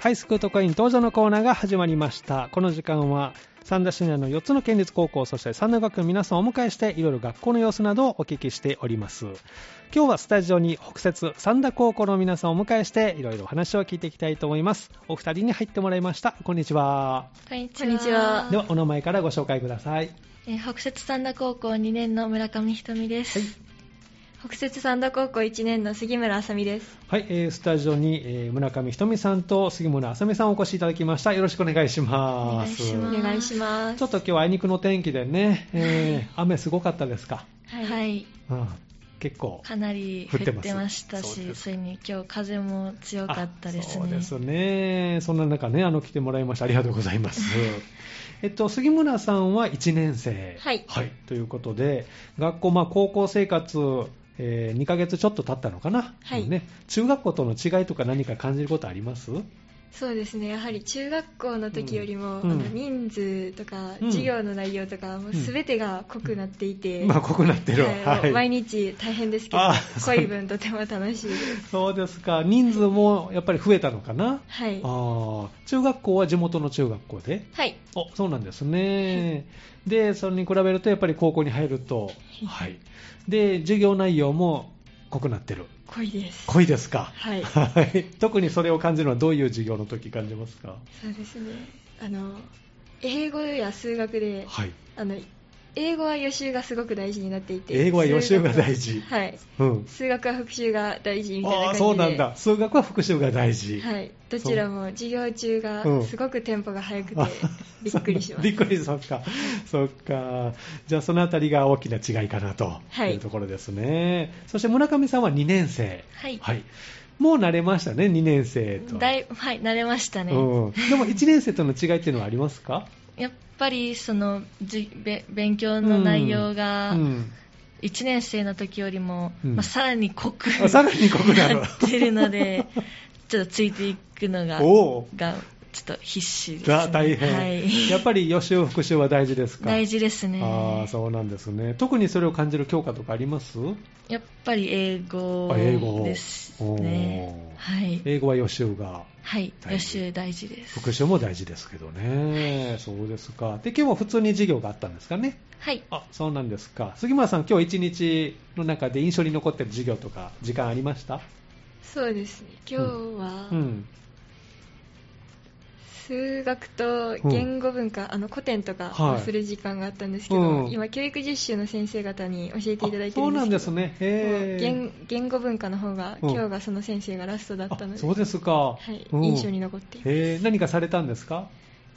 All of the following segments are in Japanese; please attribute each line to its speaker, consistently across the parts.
Speaker 1: はい、スクートコイン登場のコーナーが始まりました。この時間は、三田市内の4つの県立高校、そして三田学の皆さんをお迎えして、いろいろ学校の様子などをお聞きしております。今日はスタジオに北節三田高校の皆さんをお迎えして、いろいろお話を聞いていきたいと思います。お二人に入ってもらいました。こんにちは。
Speaker 2: こんにち
Speaker 3: こんにちは
Speaker 2: は。
Speaker 1: では、お名前からご紹介ください。
Speaker 2: えー北摂三田高校2年の村上ひとみです。
Speaker 3: 北摂三田高校1年の杉村あさみです。
Speaker 1: はい、えースタジオに、えー村上ひとみさんと杉村あさみさんをお越しいただきました。よろしくお願いします。
Speaker 2: お願いし
Speaker 3: お
Speaker 2: ます
Speaker 3: 願いしま
Speaker 1: ち
Speaker 3: す
Speaker 1: ょっ。と今日はあいにくの天気でね、えー雨すごかったですか。
Speaker 2: はい、
Speaker 1: うん、結構。
Speaker 2: かなり降ってました
Speaker 1: 降ってますそうで
Speaker 2: し、
Speaker 1: す
Speaker 2: それに今日風も強かったですね。
Speaker 1: あそうですね。そんな中ね、あの、来てもらいました。ありがとうござい ます。えっと、杉村さんは1年生。
Speaker 3: はい
Speaker 1: ということで、学校、まあ、高校生活、え2ヶ月ちょっと経ったのかな。
Speaker 3: はい
Speaker 1: ね。中学校との違いとか何か感じることあります
Speaker 3: そうですね。やはり中学校の時よりも、
Speaker 1: うん
Speaker 3: あの人数とか、
Speaker 1: うん
Speaker 3: 授業の内容とか、もう全てが濃くなっていて、
Speaker 1: まあ、濃くなってる。
Speaker 3: はいもう毎日大変ですけど
Speaker 1: あ、
Speaker 3: 濃い分とても楽しいです。
Speaker 1: そうですか。人数もやっぱり増えたのかな。
Speaker 3: はい。
Speaker 1: ああ、中学校は地元の中学校で。
Speaker 3: はい。
Speaker 1: お、そうなんですね。で、それに比べるとやっぱり高校に入ると、はい。で、授業内容も濃くなってる。
Speaker 3: 濃いです。
Speaker 1: 濃いですか。
Speaker 3: はい
Speaker 1: はい。特にそれを感じるのはどういう授業の時感じますか。
Speaker 3: そうですね。あの、英語や数学で、
Speaker 1: はい。
Speaker 3: あの、英語は予習がすごく大事になっていて。
Speaker 1: 英語は予習が大
Speaker 3: 数
Speaker 1: 事
Speaker 3: 学。ははい。
Speaker 1: うん。
Speaker 3: 数学は復習が大事みたい
Speaker 1: あ
Speaker 3: な感
Speaker 1: あ、
Speaker 3: じで
Speaker 1: そうなんだ。数学は復習が大事。
Speaker 3: はい、どちらも授業中
Speaker 1: うん
Speaker 3: がすごくテンポが速くて
Speaker 1: あ
Speaker 3: びっくりします
Speaker 1: びっくりそっか。そっか。じゃあそのあたりが大きな違いかなと
Speaker 3: はい
Speaker 1: いうところですね。そして村上さんは2年生。
Speaker 2: はい
Speaker 1: もう慣れましたね、2年生と。
Speaker 2: だいはい、慣れましたね。
Speaker 1: うん、でも1年生との違いっていうのはありますか
Speaker 2: やっぱり、その、じべ勉強の内容が
Speaker 1: う、ん
Speaker 2: 1年生の時よりも、
Speaker 1: うん
Speaker 2: まあ、さらに濃く
Speaker 1: あさらに濃くなる
Speaker 2: ってるので、ちょっとついていくのが、
Speaker 1: おー
Speaker 2: がちょっと必死です、ね。
Speaker 1: だ大変、
Speaker 2: はい。
Speaker 1: やっぱり予習復習は大事ですか
Speaker 2: 大事ですね。
Speaker 1: ああそうなんですね特にそれを感じる教科とかあります
Speaker 2: やっぱり英語
Speaker 1: あ英語
Speaker 2: ですね
Speaker 1: おー。
Speaker 2: はい。
Speaker 1: 英語は予習が
Speaker 2: はい。
Speaker 1: 大事
Speaker 2: 予習大事です。
Speaker 1: 復習も大事ですけどね、そうですかで今日は普通に授業があったんですかね
Speaker 2: はい。
Speaker 1: あそうなんですか杉村さん今日1日の中で印象に残ってる授業とか時間ありました
Speaker 3: そうですね今日
Speaker 1: う
Speaker 3: は
Speaker 1: ん
Speaker 3: 数学と言語文化、あの古典とかをする時間があったんですけど、
Speaker 1: はいうん
Speaker 3: 今教育実習の先生方に教えていただい
Speaker 1: あ
Speaker 3: て
Speaker 1: そ
Speaker 3: る
Speaker 1: うんなん
Speaker 3: で
Speaker 1: です
Speaker 3: け
Speaker 1: す
Speaker 3: ど
Speaker 1: ね
Speaker 3: もう
Speaker 1: へー
Speaker 3: 言言語文化の方が、
Speaker 1: うん
Speaker 3: 今日がその先生がラストだったの
Speaker 1: あ
Speaker 3: で
Speaker 1: そうですか、は
Speaker 3: はい、印象に残っています
Speaker 1: へー何かされたんですか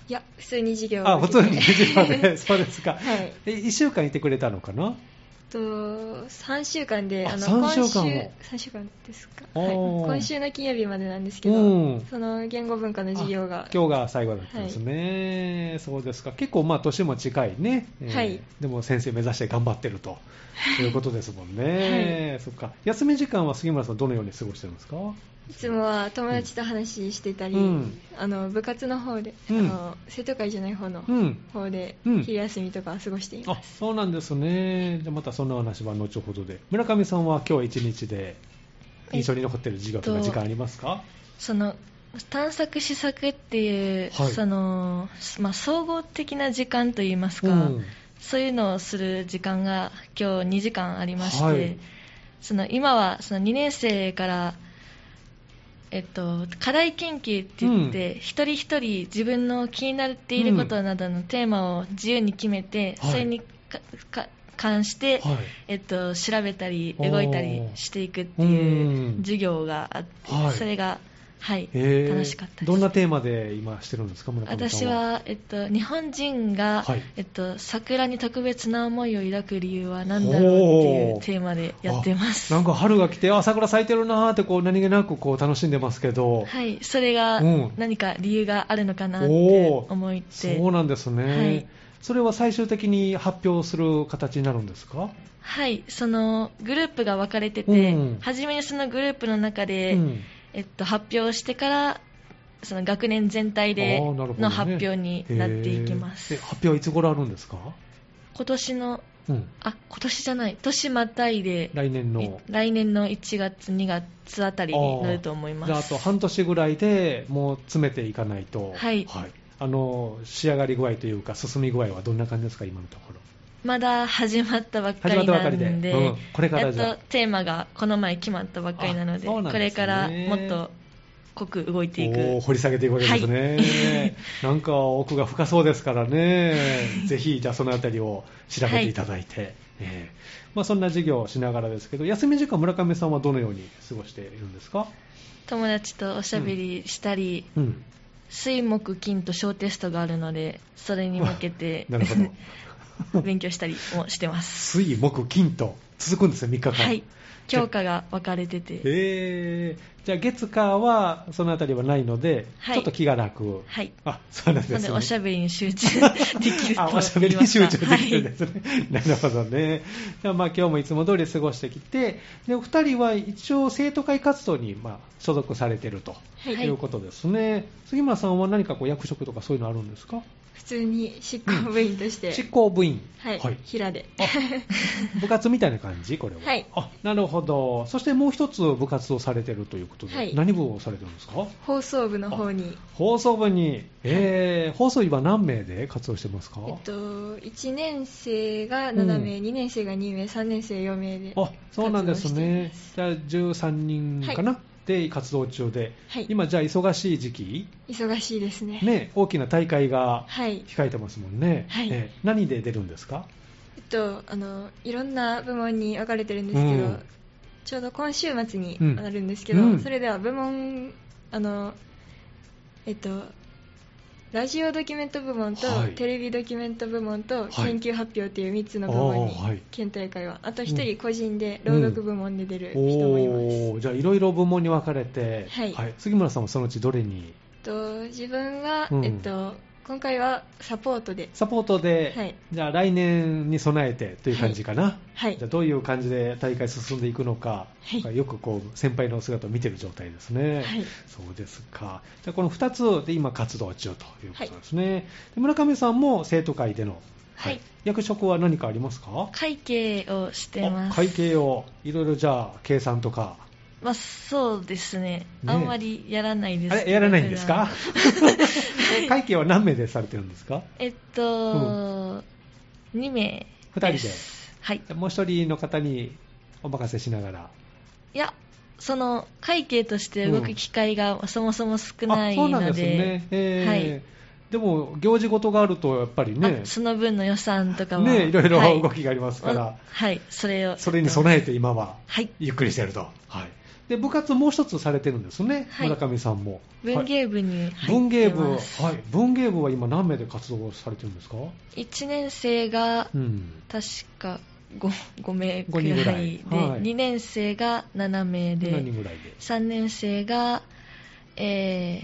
Speaker 3: いや普通に授業を
Speaker 1: あ普通に
Speaker 3: 受けて
Speaker 1: 授業 でそうですか、
Speaker 3: はい
Speaker 1: え1週間いてくれたのかな、
Speaker 3: と3週間で、
Speaker 1: あ
Speaker 3: あの
Speaker 1: 三
Speaker 3: 今
Speaker 1: 週
Speaker 3: 週
Speaker 1: 間も
Speaker 3: 三週間ですか、
Speaker 1: お
Speaker 3: はい、
Speaker 1: ー
Speaker 3: 今週の金曜日までなんですけど、
Speaker 1: うん
Speaker 3: その言語文化の授業が
Speaker 1: あ、今日が最後だったんですね、そうですか結構まあ年も近いね、えー
Speaker 3: はい
Speaker 1: でも先生目指して頑張ってるということですもんね、そっか休み時間は杉村さんどのように過ごしてるんですか
Speaker 3: いつもは友達と話してたり、
Speaker 1: うん
Speaker 3: あの部活の方で、
Speaker 1: うん
Speaker 3: あの生徒会じゃない方の
Speaker 1: うん
Speaker 3: 方で、
Speaker 1: うん
Speaker 3: 昼休みとか過ごしていま
Speaker 1: あ
Speaker 3: す、
Speaker 1: そうなんですねじゃあまたそんな話は後ほどで村上さんは今日1日で印象に残ってる授業とか時間ありますか、
Speaker 2: その、探索試作っていう、
Speaker 1: はい
Speaker 2: その、まあ、総合的な時間といいますか、
Speaker 1: うん
Speaker 2: そういうのをする時間が今日2時間ありまして、
Speaker 1: はい
Speaker 2: その今はその2年生から、えっと、課題研究って言って、一人一人自分の気になっていることなどのテーマを自由に決めて、
Speaker 1: はい
Speaker 2: それにかか関して、
Speaker 1: はい
Speaker 2: えっと、調べたり動いたりしていくって
Speaker 1: お
Speaker 2: い
Speaker 1: ー
Speaker 2: う授業があって、
Speaker 1: はい
Speaker 2: それが、はい、
Speaker 1: へー
Speaker 2: 楽しかったです。
Speaker 1: どんなテーマで今してるんですか、村上さんは。
Speaker 2: 私は、えっと、日本人が、
Speaker 1: はい
Speaker 2: えっと、桜に特別な思いを抱く理由は何だろうってい
Speaker 1: お
Speaker 2: う
Speaker 1: ー
Speaker 2: テーマでやってます。
Speaker 1: あなん
Speaker 2: は
Speaker 1: か春が来て、あ、桜咲いてるなーってこう何気なくこう楽しんでますけど、
Speaker 2: い、それが
Speaker 1: うん
Speaker 2: 何か理由があるのかなって
Speaker 1: おー
Speaker 2: 思って、
Speaker 1: そうなんですね、
Speaker 2: はい
Speaker 1: それは最終的に発表する形になるんですか、
Speaker 2: はい、そのグループが分かれてて、
Speaker 1: うん
Speaker 2: 初めにそのグループの中で、
Speaker 1: うん
Speaker 2: えっと、発表してから、その学年全体
Speaker 1: あーな
Speaker 2: で
Speaker 1: るほどね
Speaker 2: の発表になっていきます。
Speaker 1: へーえ発表はいつ頃あるんですか
Speaker 2: 今年の
Speaker 1: うん、
Speaker 2: あ今年じゃない年またいで
Speaker 1: 来年
Speaker 2: い
Speaker 1: の。
Speaker 2: 来年の1月2月あたりになると思いま
Speaker 1: じゃあ、あ
Speaker 2: す
Speaker 1: と半年ぐらいでもう詰めていかないと。
Speaker 2: はい
Speaker 1: あの、仕上がり具合というか、進み具合はどんな感じですか、今のところ。
Speaker 2: まだ始まったばっか
Speaker 1: 始まっ
Speaker 2: り
Speaker 1: たば
Speaker 2: な
Speaker 1: かりで。
Speaker 2: んで
Speaker 1: うん、これか
Speaker 2: や
Speaker 1: ら
Speaker 2: っ
Speaker 1: じゃ
Speaker 2: と
Speaker 1: あ。
Speaker 2: テーマがこの前決まったばっかりなので
Speaker 1: あそうなんですね
Speaker 2: これからもっと濃く動いてい
Speaker 1: おー
Speaker 2: く
Speaker 1: 掘り下げていくわけですね、 なんか奥が深そうですから ね、ぜひ、じゃあそのあたりを調べていただいて、ええまあ、そんな授業をしながらですけど、休み時間、村上さんはどのように過ごしているんですか、
Speaker 2: 友達とおしゃべりしたり、
Speaker 1: うん、
Speaker 2: 水木金と小テストがあるのでそれに向けて
Speaker 1: なる ほど、
Speaker 2: 勉強したりもしてます
Speaker 1: 水、木、金と続くんですよ、3日間。
Speaker 2: はい教科が分かれてて
Speaker 1: えー、じゃあ月火はそのあたりはないので、
Speaker 2: はい
Speaker 1: ちょっと気が楽、
Speaker 2: はい
Speaker 1: あそうなん
Speaker 2: な
Speaker 1: で
Speaker 2: の
Speaker 1: す
Speaker 2: で
Speaker 1: ね
Speaker 2: おしゃべりに 集中できると
Speaker 1: あおしゃべ
Speaker 2: 言
Speaker 1: り
Speaker 2: いま
Speaker 1: に
Speaker 2: した
Speaker 1: 集中できるん
Speaker 2: は
Speaker 1: で
Speaker 2: い
Speaker 1: すね、なるほどねじゃあまあ今日もいつも通り過ごしてきてでお二人は一応生徒会活動にまあ所属されてると、
Speaker 2: はい
Speaker 1: い、うことですね杉村さんは何かこう役職とかそういうのあるんですか
Speaker 3: 普通に執行部員として、
Speaker 1: 執行部員
Speaker 3: はい、平で。
Speaker 1: あ部活みたいな感じこれは、
Speaker 3: はい
Speaker 1: あなるほどそしてもう一つ部活をされてるということで、
Speaker 3: はい
Speaker 1: 何部をされてるんですか
Speaker 3: 放送部の方に、
Speaker 1: 放送部に、えー、放送部は何名で活動してますか、
Speaker 3: えっと、1年生が7名、2年生が2名、3年生4名で。
Speaker 1: あそうなんですね
Speaker 3: 活動していま
Speaker 1: じゃあ13人かな、で活動中で、
Speaker 3: はい
Speaker 1: 今じゃあ忙しい時期、
Speaker 3: 忙しいですね。
Speaker 1: ね、大きな大会が
Speaker 3: はい。
Speaker 1: 控えてますもんね、
Speaker 3: はい
Speaker 1: えー何で出るんですか
Speaker 3: えっと、あの、いろんな部門に分かれてるんですけど、
Speaker 1: うん
Speaker 3: ちょうど今週末に
Speaker 1: うん
Speaker 3: なるんですけど、
Speaker 1: うん
Speaker 3: それでは部門、あの、えっと、ラジオドキュメント部門と、
Speaker 1: はい
Speaker 3: テレビドキュメント部門と、
Speaker 1: はい
Speaker 3: 研究発表という3つの部門に、
Speaker 1: おーはい
Speaker 3: 県大会は。あと1
Speaker 1: うん
Speaker 3: 人個人で、朗読部門で出る人もいます。えっ
Speaker 1: おーじゃあいろいろ部門に分かれて、
Speaker 3: はい
Speaker 1: 杉村さんはそのうちどれに
Speaker 3: と、自分は、
Speaker 1: うん
Speaker 3: えっと、今回はサポートで、
Speaker 1: サポートで、
Speaker 3: はい
Speaker 1: じゃあ来年に備えてという感じかな、
Speaker 3: はい
Speaker 1: じゃあどういう感じで大会進んでいくのか、
Speaker 3: はい
Speaker 1: よくこう先輩の姿を見てる状態ですね、
Speaker 3: はい
Speaker 1: そうですかじゃあこの2つで今活動中ということですね、で村上さんも生徒会での、
Speaker 2: はい
Speaker 1: 役職は何かありますか
Speaker 2: 会計をしてま
Speaker 1: あ
Speaker 2: す
Speaker 1: 会計をいろいろじゃあ計算とか
Speaker 2: まあ、そうですね
Speaker 1: ね
Speaker 2: あんまりやらないです
Speaker 1: あ
Speaker 2: けど
Speaker 1: れやらないんですか
Speaker 2: 普段
Speaker 1: え 会計は何名でされてるんですか
Speaker 2: えっと、2名
Speaker 1: 二人で
Speaker 2: ですはい
Speaker 1: もう一人の方にお任せしながら
Speaker 2: いやその会計として動く機会がそもそも少な
Speaker 1: あ
Speaker 2: い
Speaker 1: そうなん
Speaker 2: の
Speaker 1: です
Speaker 2: で
Speaker 1: ね、えー
Speaker 2: はい
Speaker 1: でも行事ごとがあるとやっぱりね
Speaker 2: あその分の予算とかは、
Speaker 1: ねいろいろ
Speaker 2: はい
Speaker 1: 動きがありますから、
Speaker 2: うんはい、それを
Speaker 1: それに備
Speaker 2: え
Speaker 1: えて今は
Speaker 2: はい
Speaker 1: ゆっくりしてると、はい、で部活もう一つされてるんですね、
Speaker 2: はい
Speaker 1: 村上さんも
Speaker 2: 文
Speaker 1: はい
Speaker 2: 芸部に入
Speaker 1: 文
Speaker 2: っ
Speaker 1: 芸
Speaker 2: て
Speaker 1: 部、は
Speaker 2: ま
Speaker 1: い
Speaker 2: す、、
Speaker 1: 文芸部は今何名で活動されてるんですか、
Speaker 2: 1年生が
Speaker 1: うん、
Speaker 2: 確か 5, 5名く
Speaker 1: 五人ぐら
Speaker 2: ら
Speaker 1: い
Speaker 2: いで
Speaker 1: はい
Speaker 2: 2年生が7名で
Speaker 1: 何人ぐらいで
Speaker 2: 3年生が、え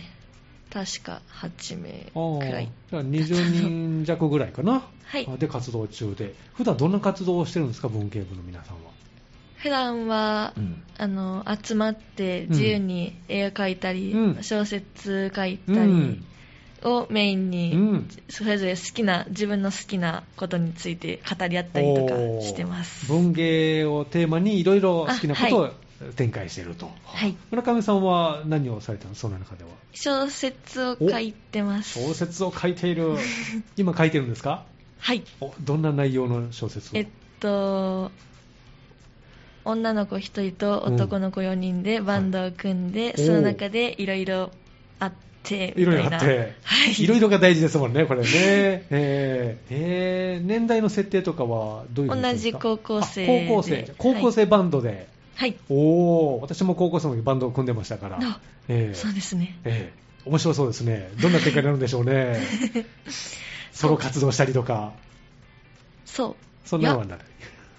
Speaker 2: ー、確か8名
Speaker 1: あー
Speaker 2: くらい
Speaker 1: じゃあ20人弱ぐらいかな、
Speaker 2: はい
Speaker 1: あで活動中で普段どんな活動をしてるんですか文芸部の皆さんは、
Speaker 2: 普段は、
Speaker 1: うん
Speaker 2: あの集まって自由に絵を描いたり、
Speaker 1: うん
Speaker 2: 小説書いた
Speaker 1: うん
Speaker 2: りをメインに、
Speaker 1: うん
Speaker 2: それぞれ好きな自分の好きなことについて語り合ったりとかしてます
Speaker 1: 文芸をテーマにいろいろ好きなこと
Speaker 2: あ
Speaker 1: を
Speaker 2: は
Speaker 1: 展開していると、
Speaker 2: はい
Speaker 1: 村上さんは何をされたのその中では
Speaker 2: 小説を書いてます
Speaker 1: 小説を書いている今書いてるんですか
Speaker 2: はい
Speaker 1: おどんな内容の小説を
Speaker 2: えっと女の子1人と男の子4人でバンドを組んで、
Speaker 1: はい
Speaker 2: その中でいろいろあって
Speaker 1: い
Speaker 2: み
Speaker 1: ろ
Speaker 2: た
Speaker 1: い
Speaker 2: い
Speaker 1: ろ
Speaker 2: な
Speaker 1: あって、
Speaker 2: はい
Speaker 1: ろいろが大事ですもんね、これね。えーえー年代の設定とかはどういうふうにしてるんですか
Speaker 2: 同じ高校生で
Speaker 1: あ高校生。高校生バンドで。
Speaker 2: はい
Speaker 1: おー、私も高校生の時バンドを組んでましたから。
Speaker 2: あ
Speaker 1: えー
Speaker 2: そうですね
Speaker 1: ええ面白そうですね。どんな展開になるんでしょう ね。ソロ活動したりとか、
Speaker 2: そう
Speaker 1: そんなのはなる。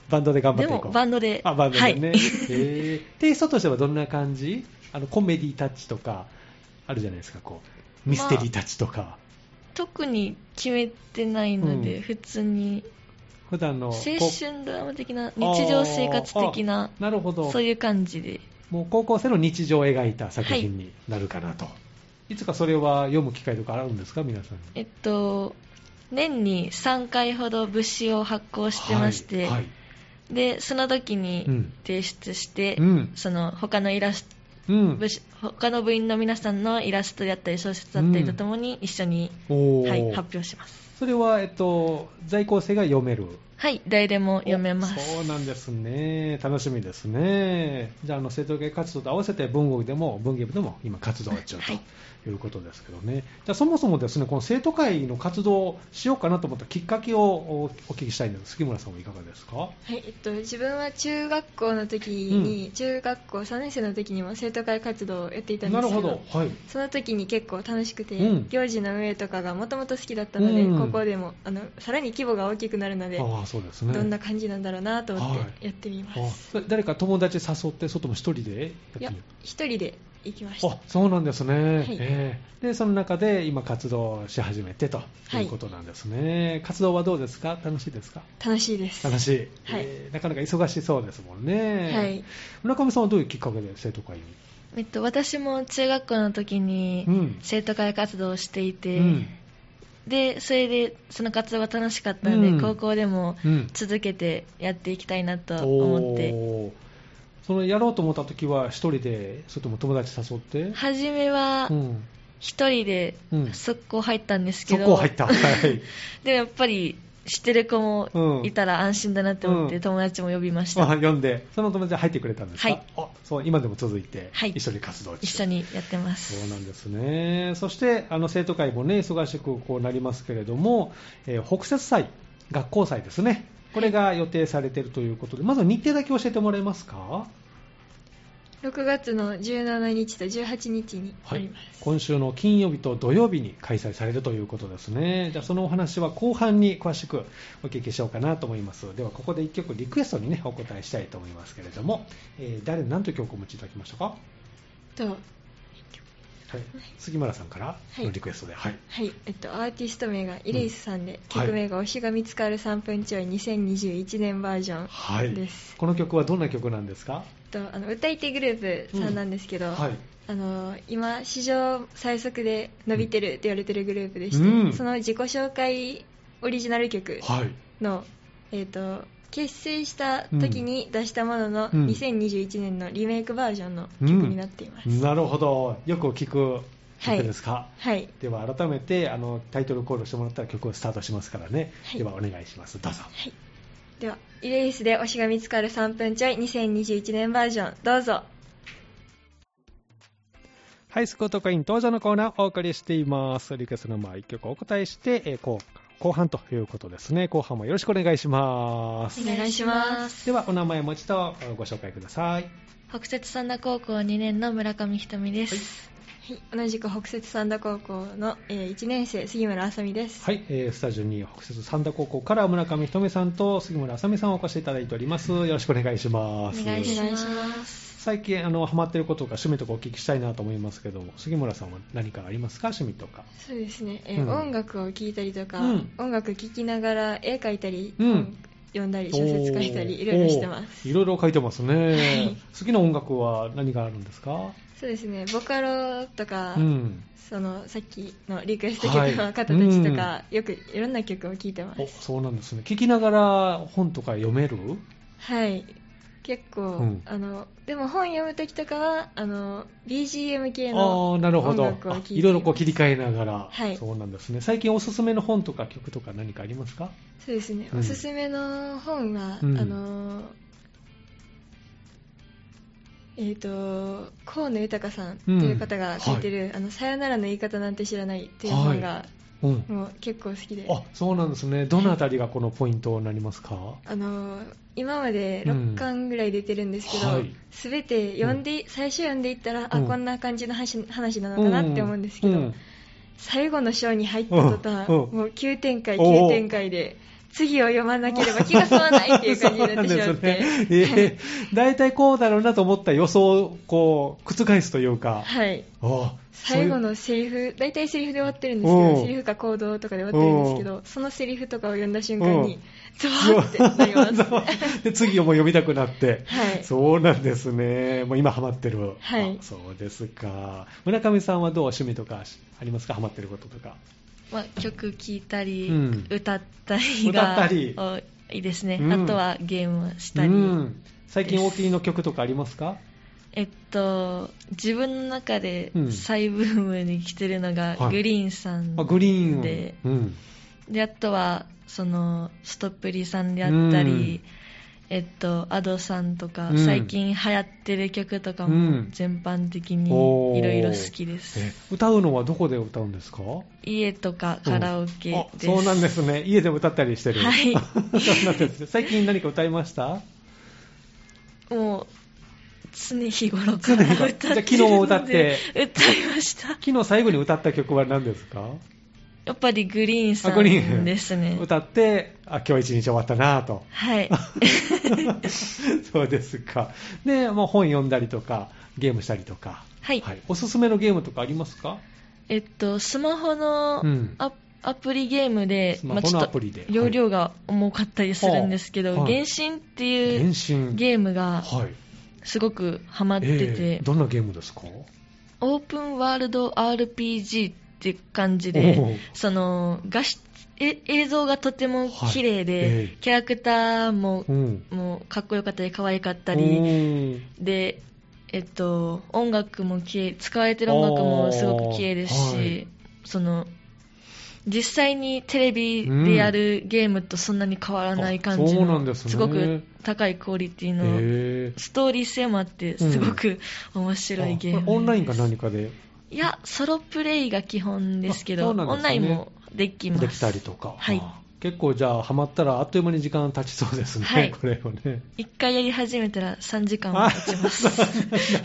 Speaker 1: バンドで頑張っ
Speaker 2: で
Speaker 1: てい
Speaker 2: も
Speaker 1: こう。
Speaker 2: バンドで
Speaker 1: あ、バンドでね。
Speaker 2: は
Speaker 1: え
Speaker 2: い、
Speaker 1: えテイストとしてはどんな感じあの、コメディタッチとか、あるじゃないですか、こう、ミステリータッチとか、
Speaker 2: 特に決めてないので、
Speaker 1: うん
Speaker 2: 普通に
Speaker 1: 普段の。
Speaker 2: 青
Speaker 1: こう
Speaker 2: 春ドラマ的な日常生活的な
Speaker 1: あーなるほど。
Speaker 2: そういう感じで
Speaker 1: もう高校生の日常を描いた作品になるかなと。い、つかそれは読む機会とかあるんですか、皆さんに。
Speaker 2: えっと
Speaker 3: 年に3回ほど物資を発行してまし
Speaker 1: は
Speaker 3: て、
Speaker 1: いはい
Speaker 3: でその時
Speaker 1: う
Speaker 3: に
Speaker 1: ん
Speaker 3: 提出して、
Speaker 1: うん
Speaker 3: その他のイラスト
Speaker 1: うん
Speaker 3: 部し他の部員の皆さんのイラストであったり小説だったりとともに一緒に、
Speaker 1: おー
Speaker 3: はい、発表します
Speaker 1: それは、えっと、在校生が読める
Speaker 3: はい誰でも読めます
Speaker 1: おそうなんですね楽しみですねじゃああの生徒会活動と合わせて文学でも文芸部でも今活動中
Speaker 3: はい
Speaker 1: ということですけどね、じゃあそもそもですねこの生徒会の活動をしようかなと思ったきっかけをおお聞きしたいんです杉村さんはいかがですか
Speaker 2: はいえっと、自分は中学校の時に、中学校3年生の時にも生徒会活動をやっていたんです
Speaker 1: な
Speaker 2: け
Speaker 1: る
Speaker 2: ど
Speaker 1: ほどはい
Speaker 2: その時に結構楽しくて、
Speaker 1: うん
Speaker 2: 行事の上とかがもともと好きだったので、
Speaker 1: うん
Speaker 2: ここでもあのさらに規模が大きくなるので、
Speaker 1: ああそうですね
Speaker 2: どんな感じなんだろうなと思
Speaker 1: は
Speaker 2: ってやってみます、
Speaker 1: あそれ誰か友達誘って外も一人で
Speaker 2: い、
Speaker 1: やっ
Speaker 2: や
Speaker 1: てみる
Speaker 2: 一人で行きました
Speaker 1: あそうなんですね、
Speaker 2: い
Speaker 1: ええでその中で今活動し始めてということなんですね、活動はどうですか楽しいですか
Speaker 2: 楽しいです
Speaker 1: 楽しい、
Speaker 2: はい
Speaker 1: ええなかなか忙しそうですもんね、
Speaker 2: はい
Speaker 1: 村上さんはどういうきっかけで生徒会に、
Speaker 3: えっと、私も中学校の時に
Speaker 1: うん
Speaker 3: 生徒会活動をしていて、
Speaker 1: うん
Speaker 3: でそれでその活動が楽しかったので、
Speaker 1: うん
Speaker 3: 高校でも
Speaker 1: うん
Speaker 3: 続けてやっていきたいなと思って、
Speaker 1: おーそのやろうと思った時は一人でそれとも友達誘って、
Speaker 3: 初めは
Speaker 1: うん、
Speaker 3: 一人で
Speaker 1: うん
Speaker 3: 速攻入ったんですけ
Speaker 1: そ
Speaker 3: ど、
Speaker 1: こ入 った、はい、
Speaker 3: でもやっぱり知ってる子もいたら安心だなって思って、
Speaker 1: うん
Speaker 3: 友達も呼びました、
Speaker 1: あ読んでその友達が入ってくれたんですか、
Speaker 3: はい
Speaker 1: あそう今でも続いて、
Speaker 3: はい
Speaker 1: 一緒に活動中
Speaker 3: 一緒にやってま
Speaker 1: そう
Speaker 3: す
Speaker 1: なんですね。そして、あの、生徒会もね、忙しくこうなりますけれども、えー北節祭、学校祭ですね。これが予定されているということで、まず日程だけ教えてもらえますか
Speaker 2: 6月の17日と18日にあります、
Speaker 1: 今週の金曜日と土曜日に開催されるということですね。じゃあ、そのお話は後半に詳しくお聞きしようかなと思います。では、ここで一曲リクエストにね、お答えしたいと思いますけれども、えー誰、何という曲をお持ちいただきましたか
Speaker 2: と
Speaker 1: はい。杉村さんからのリクエストで。はい。
Speaker 2: はいえっと、アーティスト名がイレイスさんで、
Speaker 1: うん
Speaker 2: 曲名が「推しが見つかる3分ちょい2021年バージョン」
Speaker 1: はい。
Speaker 2: です
Speaker 1: この曲はどんな曲なんですか
Speaker 2: えっとあの歌い手グループさんなんですけど、
Speaker 1: はい。
Speaker 2: あの今史上最速で伸びてるって言われてるグループでして、
Speaker 1: うん
Speaker 2: その自己紹介オリジナル曲
Speaker 1: はい。
Speaker 2: の、えー、と結成した時に出したものの、
Speaker 1: うん
Speaker 2: 2021年のリメイクバージョンの曲になっています、
Speaker 1: なるほど。よく聞く
Speaker 2: はい
Speaker 1: 曲ですか。
Speaker 2: はい
Speaker 1: では改めてあのタイトルコールしてもらったら曲をスタートしますからね、
Speaker 2: はい
Speaker 1: ではお願いしますどうぞ
Speaker 2: ではイレイスで推しが見つかる3分ちょい2021年バージョンどうぞ
Speaker 1: ハイスクート会員登場のコーナーをお送りしていますリクエストの前1曲お答えして、えー後後半ということですね後半もよろしくお願いします
Speaker 2: お願いします
Speaker 1: ではお名前もう一度ご紹介ください
Speaker 3: 北摂三田高校2年の村上ひとみです、
Speaker 2: はい同じく北摂三田高校の、え1年生杉村あさみです、
Speaker 1: はい、えースタジオに北節三田高校から村上ひとみさんと杉村あさみさんをお越しいただいておりますよろしくお願いします
Speaker 3: お願いします
Speaker 2: お願いしま
Speaker 1: 最近あのハマってることとか趣味とかお聞きしたいなと思いますけども杉村さんは何かありますか趣味とか
Speaker 2: そうですね、えー
Speaker 1: うん
Speaker 2: 音楽を聴いたりとか、
Speaker 1: うん
Speaker 2: 音楽聴きながら絵描いたり、
Speaker 1: うん
Speaker 2: 本読んだり小説書いた
Speaker 1: お
Speaker 2: り
Speaker 1: ー
Speaker 2: いろいろしてます
Speaker 1: おーいろいろ書いてます
Speaker 2: はい
Speaker 1: ね好きな音楽は何があるんですか
Speaker 2: そうですねボカロとか、
Speaker 1: うん
Speaker 2: そのさっきのリクエスト
Speaker 1: はい
Speaker 2: 曲の方たちとか、よくいろんな曲を聴いてます
Speaker 1: おそうなんですね聞きながら本とか読める
Speaker 2: はい結構、
Speaker 1: うん
Speaker 2: あのでも本読む時とかはあの BGM 系
Speaker 1: あ
Speaker 2: の
Speaker 1: あなるほど
Speaker 2: 音楽を聴
Speaker 1: あ
Speaker 2: いています
Speaker 1: いろいろこう切り替えながら、
Speaker 2: はい
Speaker 1: そうなんですね最近おすすめの本とか曲とか何かありますか
Speaker 2: そうですね、
Speaker 1: うん
Speaker 2: おすすめの本は、
Speaker 1: うん
Speaker 2: あのえっ、と河野豊さんという方が書いてる「あのさよならの言い方なんて知らない」っていう本が、
Speaker 1: うん
Speaker 2: もう結構好きで
Speaker 1: あそうなんですねどのあたりがこのポイントになりますか、
Speaker 2: あの今まで
Speaker 1: うん
Speaker 2: 6巻ぐらい出てるんですけ
Speaker 1: は
Speaker 2: ど
Speaker 1: い
Speaker 2: すべ、全て読んで、最初読んでいったら、
Speaker 1: う
Speaker 2: あ
Speaker 1: ん
Speaker 2: こんな感じの話話なのかなって思うんですけど、
Speaker 1: うん
Speaker 2: 最後の章に入った途端、
Speaker 1: うんうん
Speaker 2: もう急展開
Speaker 1: おー
Speaker 2: 急展開で次を読まなければ気が済まないっていう感じになってしまって、
Speaker 1: そうなんですね。ええ大体こうだろうなと思った予想をこう覆すというか。
Speaker 2: はい
Speaker 1: ああ
Speaker 2: 最後のセリフ大体セリフで終わってるんですけ
Speaker 1: うん
Speaker 2: どセリフか行動とかで終わってるんですけどそのセリフとかを読んだ瞬間
Speaker 1: う
Speaker 2: に
Speaker 1: ん
Speaker 2: ゾ
Speaker 1: そう
Speaker 2: ワーってなります
Speaker 1: そうで次も読みたくなって。
Speaker 2: はい
Speaker 1: そうなんですね。もう今ハマってる。
Speaker 2: はい
Speaker 1: あそうですか。村上さんはどう趣味とかありますかハマってることとか。
Speaker 2: まあ、曲聴いたり、
Speaker 1: うん
Speaker 2: 歌ったり
Speaker 1: 歌った
Speaker 2: が
Speaker 1: り
Speaker 2: おいいですね、
Speaker 1: うん
Speaker 2: あとはゲームをした
Speaker 1: う
Speaker 2: り、
Speaker 1: ん、最近お気に入りの曲とかありますか
Speaker 2: えっと自分の中で
Speaker 1: うん
Speaker 2: 再ブームに来てるのが、
Speaker 1: はい
Speaker 2: グリーンさん
Speaker 1: あグリーンを
Speaker 2: で
Speaker 1: うん
Speaker 2: であとはそのストップリさんであったり、えっと、アドさんとか、
Speaker 1: うん
Speaker 2: 最近流行ってる曲とか
Speaker 1: う
Speaker 2: も
Speaker 1: ん
Speaker 2: 全般的に
Speaker 1: おー
Speaker 2: いろいろ好きです、
Speaker 1: え歌うのはどこで歌うんですか
Speaker 2: 家とかカラオケ
Speaker 1: あ
Speaker 2: です、
Speaker 1: そうなんですね家でも歌ったりしてる
Speaker 2: は
Speaker 1: そ
Speaker 2: い
Speaker 1: う なんですね最近何か歌いました
Speaker 2: もう常日頃から
Speaker 1: 常日
Speaker 2: 歌
Speaker 1: 頃
Speaker 2: って
Speaker 1: じゃあ昨日も歌って
Speaker 2: るんで歌いました
Speaker 1: 昨日最後に歌った曲は何ですか
Speaker 2: やっぱりグリーンさ
Speaker 1: あグリー
Speaker 2: ん
Speaker 1: ン
Speaker 2: ですね
Speaker 1: 歌ってあ今日一日終わったなぁと
Speaker 2: はい
Speaker 1: そうですかでもう本読んだりとかゲームしたりとか
Speaker 2: はい、
Speaker 1: おすすめのゲームとかありますか
Speaker 2: えっとスマホの
Speaker 1: うん
Speaker 2: ア,、アプリゲームで
Speaker 1: スマホの
Speaker 2: まあちょっと
Speaker 1: アプリで
Speaker 2: 容量が重かったりするんですけど、
Speaker 1: はい
Speaker 2: 原神って
Speaker 1: 原
Speaker 2: いう
Speaker 1: 神
Speaker 2: ゲーム
Speaker 1: は
Speaker 2: が
Speaker 1: い
Speaker 2: すごくハマってて、
Speaker 1: えーどんなゲームですか
Speaker 2: オープンワールド RPG って感
Speaker 1: お
Speaker 2: じ
Speaker 1: う
Speaker 2: でその画質え映像がとても綺麗で、
Speaker 1: はいええ
Speaker 2: キャラクターも
Speaker 1: うん
Speaker 2: もうかっこよかったり可愛かった
Speaker 1: う
Speaker 2: り
Speaker 1: ん
Speaker 2: で、えっと、音楽もきれい使われてる音楽もすごく綺麗ですし、
Speaker 1: あーはい
Speaker 2: その実際にテレビでやるゲームとそんなに変わらない感じ
Speaker 1: あそうなんで
Speaker 2: の
Speaker 1: すね
Speaker 2: すごく高いクオリティの
Speaker 1: へ
Speaker 2: ストーリー性もあってすごく面白いゲーム
Speaker 1: あ
Speaker 2: です、
Speaker 1: これオンラインか何かで
Speaker 2: いやソロプレイが基本ですけ
Speaker 1: あ
Speaker 2: ど
Speaker 1: そうなんですね
Speaker 2: オンラインもできます
Speaker 1: できたりとか、
Speaker 2: はい
Speaker 1: あー結構じゃあハマったらあっという間に時間経ちそうですね、
Speaker 2: はい
Speaker 1: これをね
Speaker 2: 一回やり始めたら3時間は経ちます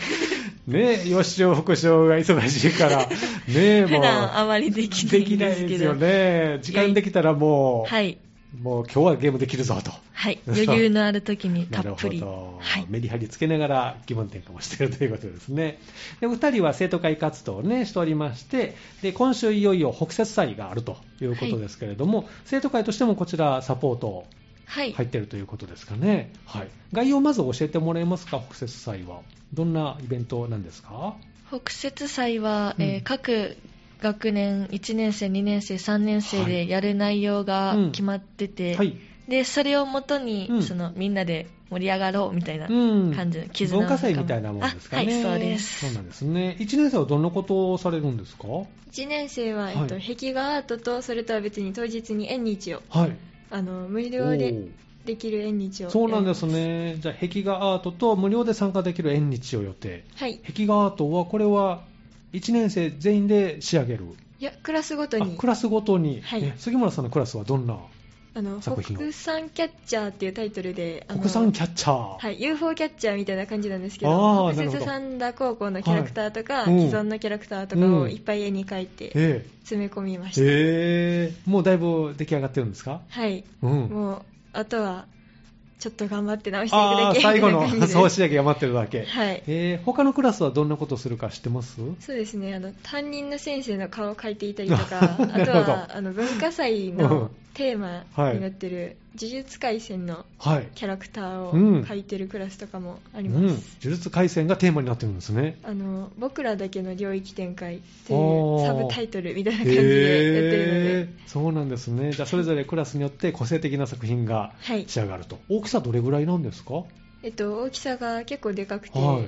Speaker 1: ね吉尾副将が忙しいからねもう
Speaker 2: 普段あまりできな
Speaker 1: で
Speaker 2: い
Speaker 1: き
Speaker 2: ん
Speaker 1: な
Speaker 2: で
Speaker 1: い
Speaker 2: す
Speaker 1: で
Speaker 2: け
Speaker 1: す
Speaker 2: ど
Speaker 1: よね時間できたらもう、
Speaker 2: はい
Speaker 1: もう今日はゲームできるぞと
Speaker 2: はい、余裕のある時にたっぷり。
Speaker 1: なるほど、
Speaker 2: はい、
Speaker 1: メリハリつけながら疑問点化もしているということですねでお二人は生徒会活動を、ね、しておりましてで今週いよいよ北節祭があるということですけれども、生徒会としてもこちらサポート
Speaker 2: はい、
Speaker 1: 入っているということですかね、はい、概要をまず教えてもらえますか北節祭はどんなイベントなんですか
Speaker 2: 北節祭は、
Speaker 1: うん
Speaker 2: えー各学年1年生2年生3年生
Speaker 1: は
Speaker 2: で
Speaker 1: い
Speaker 2: やる内容が
Speaker 1: うん
Speaker 2: 決まってて、
Speaker 1: はい、
Speaker 2: でそれをもとに、
Speaker 1: うん
Speaker 2: そのみんなで盛り上がろうみたいな
Speaker 1: うん
Speaker 2: 感じの絆の
Speaker 1: 文化祭みたいなものですかね
Speaker 2: あはいそうです
Speaker 1: そうなんですね1年生はどんなことをされるんですか
Speaker 3: 1年生は、
Speaker 1: はい
Speaker 3: えっと壁画アートとそれとは別に当日に縁日を
Speaker 1: はい
Speaker 3: あの無料
Speaker 1: お
Speaker 3: で
Speaker 1: ー
Speaker 3: できる縁日を
Speaker 1: そうなんですすね。じゃあ、壁画アートと無料で参加できる縁日を予定。
Speaker 3: はい
Speaker 1: 壁画アートは、これは1年生全員で仕上げる。
Speaker 3: いやクラスごと
Speaker 1: あ
Speaker 3: に
Speaker 1: クラスごとに、
Speaker 3: はい
Speaker 1: え杉村さんのクラスはどんな
Speaker 3: あの
Speaker 1: 作品を
Speaker 3: 国産キャッチャーっていうタイトルであの
Speaker 1: 国産キャッチャー。
Speaker 3: はい、UFO キャッチャーみたいな感じなんですけ
Speaker 1: あ
Speaker 3: ど
Speaker 1: ーなる
Speaker 3: 北
Speaker 1: ほど
Speaker 3: 摂三田高校のキャラクターとか、
Speaker 1: はいうん
Speaker 3: 既存のキャラクターとか
Speaker 1: う
Speaker 3: を
Speaker 1: ん
Speaker 3: いっぱい絵に描いて
Speaker 1: え
Speaker 3: 詰め込みま
Speaker 1: え
Speaker 3: した、
Speaker 1: ええもうだいぶ出来上がってるんですか
Speaker 3: はい
Speaker 1: うん。
Speaker 3: もうあとはちょっと頑張って直していく
Speaker 1: あ
Speaker 3: だ
Speaker 1: あ
Speaker 3: け
Speaker 1: ー、最後の
Speaker 3: み たいな感じで
Speaker 1: 総仕上げが待ってるだけ。
Speaker 3: はい
Speaker 1: ええ他のクラスはどんなことするか知ってます
Speaker 3: そうですねあの担任の先生の顔を描いていたりとか あ
Speaker 1: なる
Speaker 3: と
Speaker 1: ほど
Speaker 3: はあの文化祭
Speaker 1: うん
Speaker 3: のテーマ
Speaker 1: はい
Speaker 3: になってる「呪術廻戦」の
Speaker 1: はい。
Speaker 3: キャラクターを
Speaker 1: うん
Speaker 3: 描いてるクラスとかもあり
Speaker 1: うん。
Speaker 3: ま
Speaker 1: 呪
Speaker 3: す、
Speaker 1: 術廻戦がテーマになってるんですね。
Speaker 3: あの僕らだけの領域展開と
Speaker 1: お
Speaker 3: い
Speaker 1: ー
Speaker 3: うサブタイトルみたいな感じでやってるので、
Speaker 1: へーそうなんですねじゃあそれぞれクラスによって個性的な作品が
Speaker 3: はい
Speaker 1: 仕上がると、大きさどれぐらいなんですか
Speaker 3: えっと、大きさが結構でかくて、
Speaker 1: は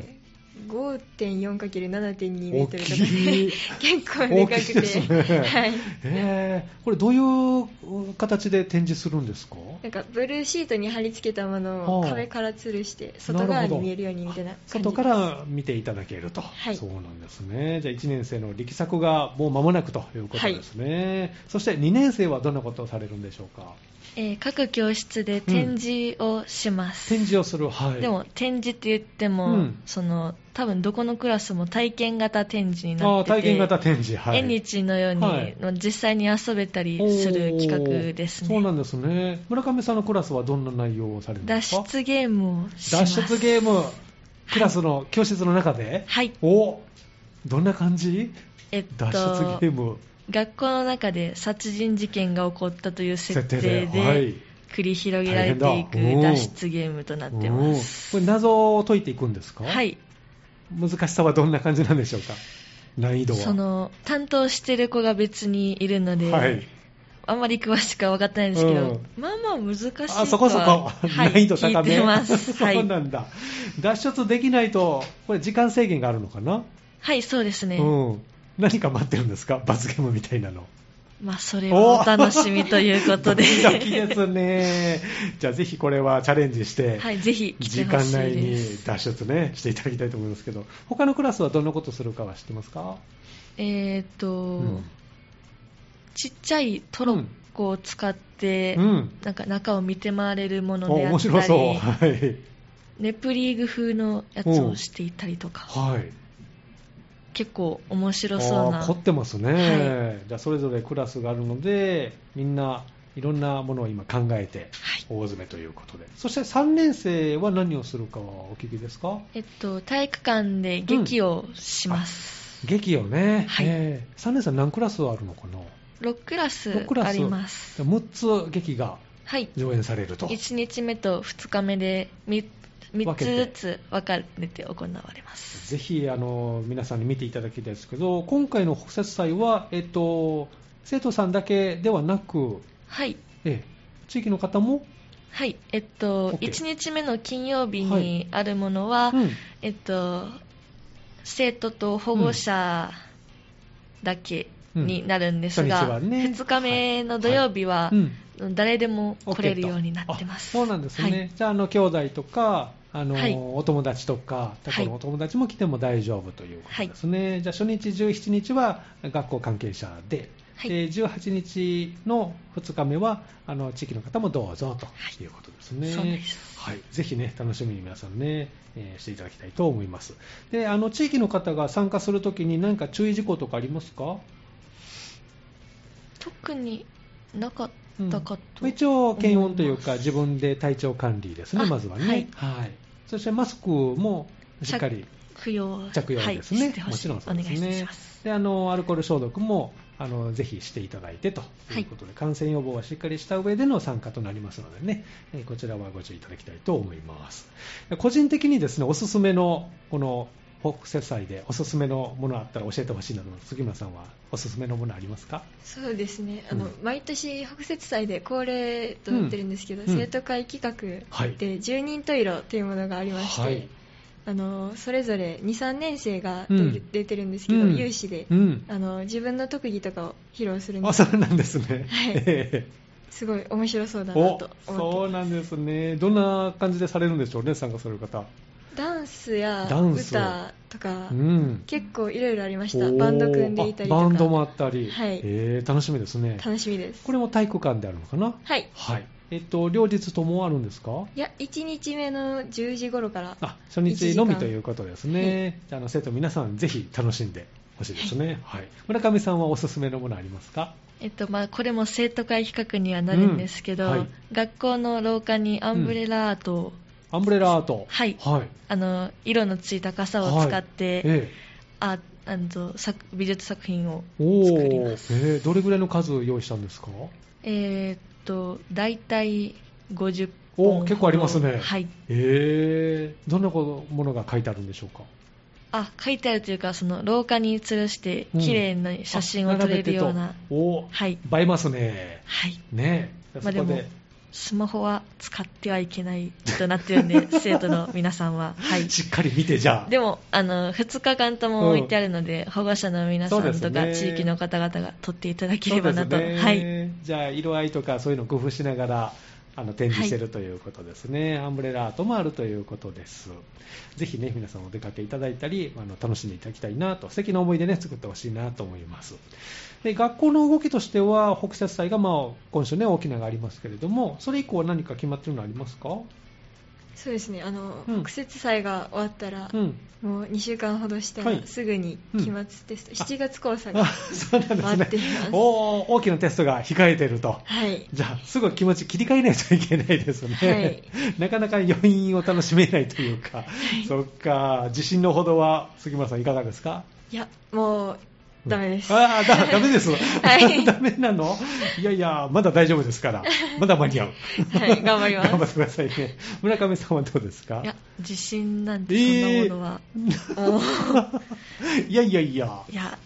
Speaker 3: 5.4×7.2 メ
Speaker 1: 大
Speaker 3: ートルとか
Speaker 1: きい
Speaker 3: 結構で
Speaker 1: 大
Speaker 3: かく
Speaker 1: きいですね、
Speaker 3: て、はい、
Speaker 1: へーこれどういう形で展示するんですか
Speaker 3: なんかブルーシートに貼り付けたものを
Speaker 1: はあ
Speaker 3: 壁から吊るして外側に見えるようにみたいな感じ
Speaker 1: 外から見ていただけると、
Speaker 3: はい
Speaker 1: そうなんですねじゃあ1年生の力作がもう間もなくということですね、そして2年生はどんなことをされるんでしょうか
Speaker 2: えー各教室で展示をします、
Speaker 1: 展示をするはい
Speaker 2: でも展示って言っても、
Speaker 1: うん
Speaker 2: その多分どこのクラスも体験型展示にな
Speaker 1: あ
Speaker 2: っ
Speaker 1: ー
Speaker 2: てて
Speaker 1: 体験型展示はい
Speaker 2: 縁日のように、
Speaker 1: はい
Speaker 2: 実際に遊べたりする企画です
Speaker 1: おーそうな
Speaker 2: ね
Speaker 1: んですね村上さんのクラスはどんな内容をされるんで
Speaker 2: 脱
Speaker 1: すか
Speaker 2: 出ゲームをしま
Speaker 1: 脱出
Speaker 2: す
Speaker 1: ゲームクラスの教室の中で、
Speaker 2: はい
Speaker 1: おどんな感じ
Speaker 2: えっ
Speaker 1: 脱出
Speaker 2: と
Speaker 1: ゲーム
Speaker 2: 学校の中で殺人事件が起こったという設定で
Speaker 1: はい
Speaker 2: 繰り広げられていく
Speaker 1: 大変だ
Speaker 2: 脱出ゲームとなって
Speaker 1: う
Speaker 2: ま
Speaker 1: ん
Speaker 2: す
Speaker 1: これ謎を解いていくんですか
Speaker 2: はい
Speaker 1: 難しさはどんな感じなんでしょうか難易度は
Speaker 2: その担当してる子が別にいるので、
Speaker 1: はい、
Speaker 2: あんまり詳しくは分かってないんですけど、
Speaker 1: うん
Speaker 2: まあまあ難しいとは
Speaker 1: あそこそこ、
Speaker 2: はい、
Speaker 1: 難易度高
Speaker 2: 聞い
Speaker 1: め
Speaker 2: てますは
Speaker 1: そう
Speaker 2: い、
Speaker 1: なんだ脱出できないとこれ時間制限があるのかな、
Speaker 2: はい、そうですね、
Speaker 1: うん、何か待ってるんですか罰ゲームみたいなの
Speaker 2: まあそれはお楽しみということで
Speaker 1: ドキドキです ねじゃあぜひこれはチャレンジして、
Speaker 2: はい、ぜひ来て
Speaker 1: 時
Speaker 2: ほし
Speaker 1: 間
Speaker 2: い
Speaker 1: 内
Speaker 2: で
Speaker 1: に
Speaker 2: す。
Speaker 1: 脱出ねしていただきたいと思いますけど他のクラスはどんなことするかは知ってますか
Speaker 2: えーっと、
Speaker 1: うん
Speaker 2: ちっちゃいトロッコを使って、
Speaker 1: うん
Speaker 2: なんか中を見て回れるもの
Speaker 1: お
Speaker 2: であ
Speaker 1: 面
Speaker 2: った
Speaker 1: 白
Speaker 2: り、
Speaker 1: そうはい、
Speaker 2: ネプリーグ風のやつをしていたりとか、
Speaker 1: はい、
Speaker 2: 結構面白そう
Speaker 1: あー
Speaker 2: な
Speaker 1: 凝ってますね、
Speaker 2: は
Speaker 1: じゃあそれぞれクラスがあるのでみんないろんなものを今考えて
Speaker 2: はい
Speaker 1: 大詰めということで、そして3年生は何をするかはお聞きですか
Speaker 2: えっと、体育館で劇をします、
Speaker 1: 劇をね、
Speaker 2: はい
Speaker 1: えー3年生は何クラスあるのかな
Speaker 2: 6クラス
Speaker 1: 6クラス
Speaker 2: あります
Speaker 1: 6つ劇が
Speaker 2: はい
Speaker 1: 上演されると
Speaker 2: 1日目と2日目で 3,
Speaker 1: 分け
Speaker 2: つ
Speaker 1: て
Speaker 2: ずつ分かれて行われます
Speaker 1: ぜひあの皆さんに見ていただきたいですけど今回の北節祭は、えっと、生徒さんだけではなく、
Speaker 2: はい
Speaker 1: ええ地域の方も、
Speaker 2: はいえっと
Speaker 1: OK
Speaker 2: 1日目の金曜日
Speaker 1: は
Speaker 2: に
Speaker 1: い
Speaker 2: あるものは、
Speaker 1: うん
Speaker 2: えっと生徒と保護者だけになるんですが、
Speaker 1: うん初日はね
Speaker 2: 2日目の土曜日は、
Speaker 1: うん、
Speaker 2: 誰でも来れ
Speaker 1: OK
Speaker 2: る
Speaker 1: と
Speaker 2: ようになってます。
Speaker 1: あそうなんですね、
Speaker 2: はい
Speaker 1: じゃああの兄弟とかあの、
Speaker 2: はい
Speaker 1: お友達とか他校のお友達も来ても大丈夫ということですね、じゃあ初日17日は学校関係者で、
Speaker 2: はい
Speaker 1: で18日の2日目はあの地域の方もどうぞということですね、
Speaker 2: そうです
Speaker 1: はい、ぜひね、楽しみに皆さんね、えーしていただきたいと思います。で、あの、地域の方が参加するときに何か注意事項とかありますか
Speaker 2: 特になかったかと、
Speaker 1: 一応、検温というか、自分で体調管理ですね、
Speaker 2: あ
Speaker 1: まずは
Speaker 2: はい
Speaker 1: ね。はい。そして、マスクもしっかり
Speaker 2: 不要
Speaker 1: 着用ですね。
Speaker 2: はい、してほ
Speaker 1: も
Speaker 2: し
Speaker 1: ち
Speaker 2: い
Speaker 1: ろんそうですね。
Speaker 2: お願いします。
Speaker 1: で、あの、アルコール消毒も、あの、ぜひしていただいてということで、感染予防はしっかりした上での参加となりますのでね、えーこちらはご注意いただきたいと思います。個人的にですね、おすすめの、この、北節祭でおすすめのものあったら教えてほしいなど、杉村さんはおすすめのものありますか
Speaker 3: そうですねあの、
Speaker 1: うん
Speaker 3: 毎年北節祭で恒例と言ってるんですけど、
Speaker 1: うんうん
Speaker 3: 生徒会企画
Speaker 1: はい
Speaker 3: で十人十色というものがありまして、
Speaker 1: はい
Speaker 3: あのそれぞれ23年生が
Speaker 1: う
Speaker 3: 出,、
Speaker 1: ん
Speaker 3: 出てるんですけど、
Speaker 1: うん
Speaker 3: 有志で、
Speaker 1: うん。
Speaker 3: あの自分の特技とかを披露するんで
Speaker 1: あ、
Speaker 3: す
Speaker 1: そうなんですね。
Speaker 3: はい
Speaker 1: え
Speaker 3: すごい面白そうだ
Speaker 1: え
Speaker 3: な
Speaker 1: お
Speaker 3: と、思
Speaker 1: そ
Speaker 3: っ
Speaker 1: う
Speaker 3: て
Speaker 1: なんですね。どんな感じでされるんでしょうね、参加する方。
Speaker 3: ダンスや
Speaker 1: ダンス
Speaker 3: 歌とか
Speaker 1: うん。
Speaker 3: 結構いろいろありました
Speaker 1: おー
Speaker 3: バンド組んでいたりと
Speaker 1: あ
Speaker 3: か
Speaker 1: バンドもあったり、
Speaker 3: はい
Speaker 1: えー楽しみですね
Speaker 3: 楽しみです
Speaker 1: これも体育館であるのかな
Speaker 3: はい
Speaker 1: はいえっと両日ともあるんですか
Speaker 3: いや1日目の10時頃から
Speaker 1: あ初日の
Speaker 3: 1時
Speaker 1: み
Speaker 3: 間
Speaker 1: ということですね、じゃああの生徒皆さんぜひ楽しんでほしいですね、はい村上さんはおすすめのものありますか
Speaker 2: えっとまあ、これも生徒会企画にはなるんですけど、
Speaker 1: うんはい
Speaker 2: 学校の廊下にアンブレラアートを、
Speaker 1: アンブレラアート
Speaker 2: はい
Speaker 1: はい
Speaker 2: あの色のついた傘を使って、
Speaker 1: え
Speaker 2: ああの作美術作品を
Speaker 1: えお
Speaker 2: 作り
Speaker 1: ー
Speaker 2: ます
Speaker 1: えーどれぐらいの数用意したんですか
Speaker 2: えーっと大体50本
Speaker 1: お結構ありますね
Speaker 2: はい
Speaker 1: ええどんなものが書いてあるんでしょうか
Speaker 2: あ書いてあるというかその廊下に吊るして
Speaker 1: うん
Speaker 2: 綺麗な写真を撮れるよう
Speaker 1: あ
Speaker 2: な、
Speaker 1: 並べてとお
Speaker 2: はい
Speaker 1: 映えますね
Speaker 2: はい
Speaker 1: ねえ、
Speaker 2: まあ
Speaker 1: そこ
Speaker 2: でも
Speaker 1: で
Speaker 2: スマホは使ってはいけないとなってるんで 生徒の皆さんははい
Speaker 1: しっかり見て、じゃあ、
Speaker 2: でもあの2日間とも置いてあるので、保護者の皆さん
Speaker 1: そ
Speaker 2: と
Speaker 1: うです
Speaker 2: か
Speaker 1: ね
Speaker 2: 地域の方々が撮っていただけ
Speaker 1: そ
Speaker 2: れ
Speaker 1: う
Speaker 2: ば
Speaker 1: です
Speaker 2: なと、
Speaker 1: ね
Speaker 2: はい
Speaker 1: じゃあ、色合いとかそういうのを工夫しながらあの展示してるということですね、アンブレラアートもあるということです、ぜひね、皆さんお出かけいただいたり、あの楽しんでいただきたいなと、素敵な思い出ね、作ってほしいなと思います。で学校の動きとしては、北節祭が、まあ、今週ね、大きなのがありますけれども、それ以降、何か決まってるのありますか、
Speaker 3: そうですねあの、
Speaker 1: うん
Speaker 3: 北節祭が終わったら、
Speaker 1: うん、
Speaker 3: もう2週間ほどした
Speaker 1: は
Speaker 3: ら
Speaker 1: い
Speaker 3: すぐに期末テスト、7月交差
Speaker 1: あ
Speaker 3: が
Speaker 1: そうなんです
Speaker 3: 待ってい
Speaker 1: ね
Speaker 3: ます、
Speaker 1: おー大きなテストが控えていると。
Speaker 3: はい
Speaker 1: じゃあ、すぐ気持ち切り替えないといけないですね。
Speaker 3: はい
Speaker 1: なかなか余韻を楽しめないというか、そっか、自信のほどは、杉村さんいかがですか
Speaker 3: いやもうダメです。は
Speaker 1: ああ、だ、ダメです。
Speaker 3: い
Speaker 1: ダメなのいやいや、まだ大丈夫ですから。まだ間に合う。
Speaker 3: い、頑張り
Speaker 1: 頑張
Speaker 3: ま
Speaker 1: っ
Speaker 3: す。
Speaker 1: てくださいね。村上さんはどうですか
Speaker 2: いや、自信なんて、
Speaker 1: えー
Speaker 2: そんなもの は。
Speaker 3: おー
Speaker 1: いやいやいや。
Speaker 2: いや、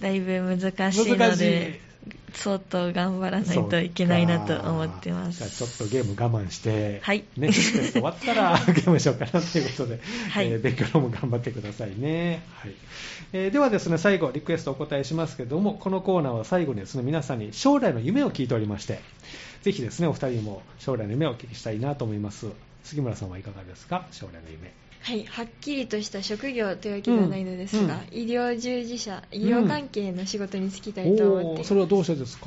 Speaker 2: だいぶ難しい
Speaker 1: 難
Speaker 2: の
Speaker 1: し
Speaker 2: で
Speaker 1: い、。
Speaker 2: 相当頑張らないといけないなと思ってま
Speaker 1: そうかじ
Speaker 2: す。
Speaker 1: ゃあちょっとゲーム我慢して、
Speaker 2: はい
Speaker 1: ね、テスト終わったら ゲームしようかなということで、
Speaker 2: はい
Speaker 1: えー勉強の方も頑張ってくださいね。はいえーではですね、最後、リクエストお答えしますけども、このコーナーは最後にですね、皆さんに将来の夢を聞いておりまして、ぜひですね、お二人も将来の夢をお聞きしたいなと思います。杉村さんはいかがですか将来の夢。
Speaker 3: はい、はっきりとした職業というわけではないのですが、
Speaker 1: うん
Speaker 3: 医療従事者、医療関係の仕事に就きたいと思っ
Speaker 1: お
Speaker 3: て、
Speaker 1: ーそれはどうしてですか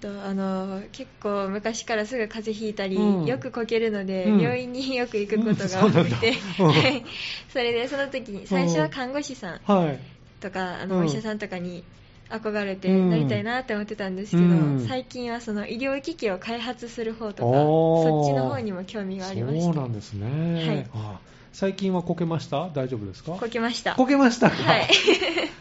Speaker 3: とあの結構昔からすぐ風邪ひいたり、
Speaker 1: うん
Speaker 3: よくこけるので、
Speaker 1: うん
Speaker 3: 病院によく行くこと
Speaker 1: う
Speaker 3: が多
Speaker 1: んそうなん
Speaker 3: く
Speaker 1: だ
Speaker 3: て、
Speaker 1: うん
Speaker 3: はいそれでその時に最初は看護師さん
Speaker 1: はい。
Speaker 3: とか、あ
Speaker 1: う
Speaker 3: の
Speaker 1: ん
Speaker 3: お医者さんとかに憧れて
Speaker 1: うん
Speaker 3: なりたいなって思ってたんですけど、
Speaker 1: うん
Speaker 3: 最近はその医療機器を開発する方とか、
Speaker 1: おー
Speaker 3: そっちの方にも興味がありまし
Speaker 1: そうな
Speaker 3: た
Speaker 1: んですね。あ最近はこけました大丈夫ですか
Speaker 3: こけました
Speaker 1: こけましたか、
Speaker 3: はい、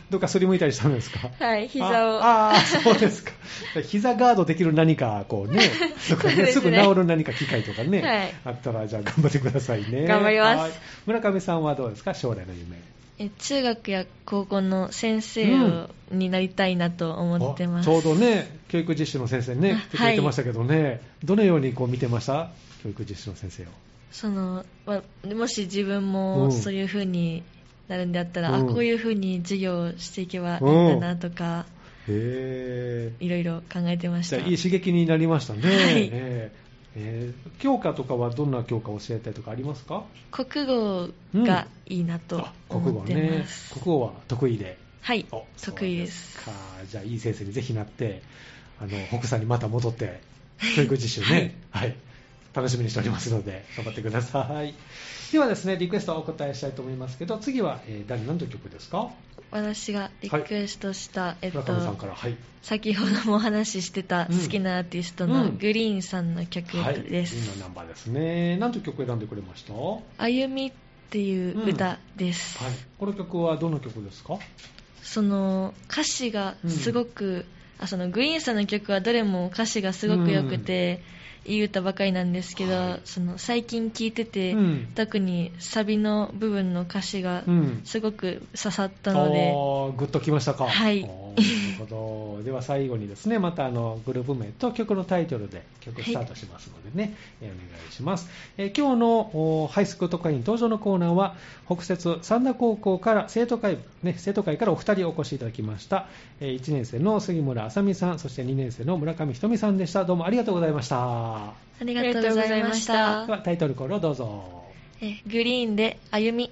Speaker 1: どっかすりむいたりしたんですか
Speaker 3: はい、膝を
Speaker 1: ああー、そうですか。 膝ガードできる何か、こ うね、とかね
Speaker 3: そうですすね
Speaker 1: ぐ治る何か機械とかね、
Speaker 3: はい
Speaker 1: あったら、じゃあ頑張ってくださいね。
Speaker 3: 頑張ります
Speaker 1: はい。村上さんはどうですか将来の夢。
Speaker 2: え中学や高校の先生をになりたいなと思ってます。
Speaker 1: あちょうどね、教育実習の先生ね、来てくれてましたけどね、どのようにこう見てました教育実習の先生を。
Speaker 2: そのまもし自分
Speaker 1: う
Speaker 2: も
Speaker 1: ん
Speaker 2: そういう風になるんであったら、
Speaker 1: うん
Speaker 2: あこういう風に授業をしていけばいいんだなとか、
Speaker 1: へー。
Speaker 2: いろいろ考えてまし
Speaker 1: じ
Speaker 2: た
Speaker 1: ゃあいい刺激になりましたね。
Speaker 2: はい
Speaker 1: えーえー教科とかはどんな教科を教えたりとかありますか
Speaker 2: 国語がいいなと
Speaker 1: あ国
Speaker 2: 思
Speaker 1: 語
Speaker 2: って
Speaker 1: ね
Speaker 2: ます、。
Speaker 1: 国語は得意で。
Speaker 2: はい
Speaker 1: お、
Speaker 2: 得意です。
Speaker 1: そうですかじゃあいい先生にぜひなってあの北さんにまた戻って教育実習ね、はい楽しみにしておりますので頑張ってくださいではですねリクエストをお答えしたいと思いますけど次は、えー、誰何という曲ですか
Speaker 2: 私がリクエストした、えっ
Speaker 1: 村
Speaker 2: と、
Speaker 1: 上さんからはい、
Speaker 2: 先ほどもお話ししてた
Speaker 1: うん
Speaker 2: 好きなアーティスト
Speaker 1: う
Speaker 2: の
Speaker 1: ん
Speaker 2: グリーンさんの曲
Speaker 1: はい
Speaker 2: です。
Speaker 1: 次のナンバーですね何という曲を選んでくれましたは
Speaker 2: 歩みっていう歌です。
Speaker 1: いこの曲はどの曲ですか
Speaker 2: その歌詞がすごく、あそのグリーンさんの曲はどれも歌詞がすごく良くて、いい歌ばかりなんですけど、
Speaker 1: はい
Speaker 2: その最近聴いてて、
Speaker 1: うん
Speaker 2: 特にサビの部分の歌詞が
Speaker 1: うん
Speaker 2: すごく刺さったので、
Speaker 1: おーグッときましたか。
Speaker 2: はい
Speaker 1: おーなるほど。で は最後にですね、またあのグループ名と曲のタイトルで曲スタートしますのでね、えーお願いします。えー今日のおーハイスクール特会員登場のコーナーは、北節三田高校から生徒会、ね、生徒会からお二人お越しいただきました。え1年生の杉村あさみさん、そして2年生の村上ひとみさんでした。どうもありがとうございました。
Speaker 2: ありがとうございました
Speaker 3: ありがとうございまし
Speaker 1: ではタイトルコールをどうぞ。
Speaker 2: えグリーンで歩み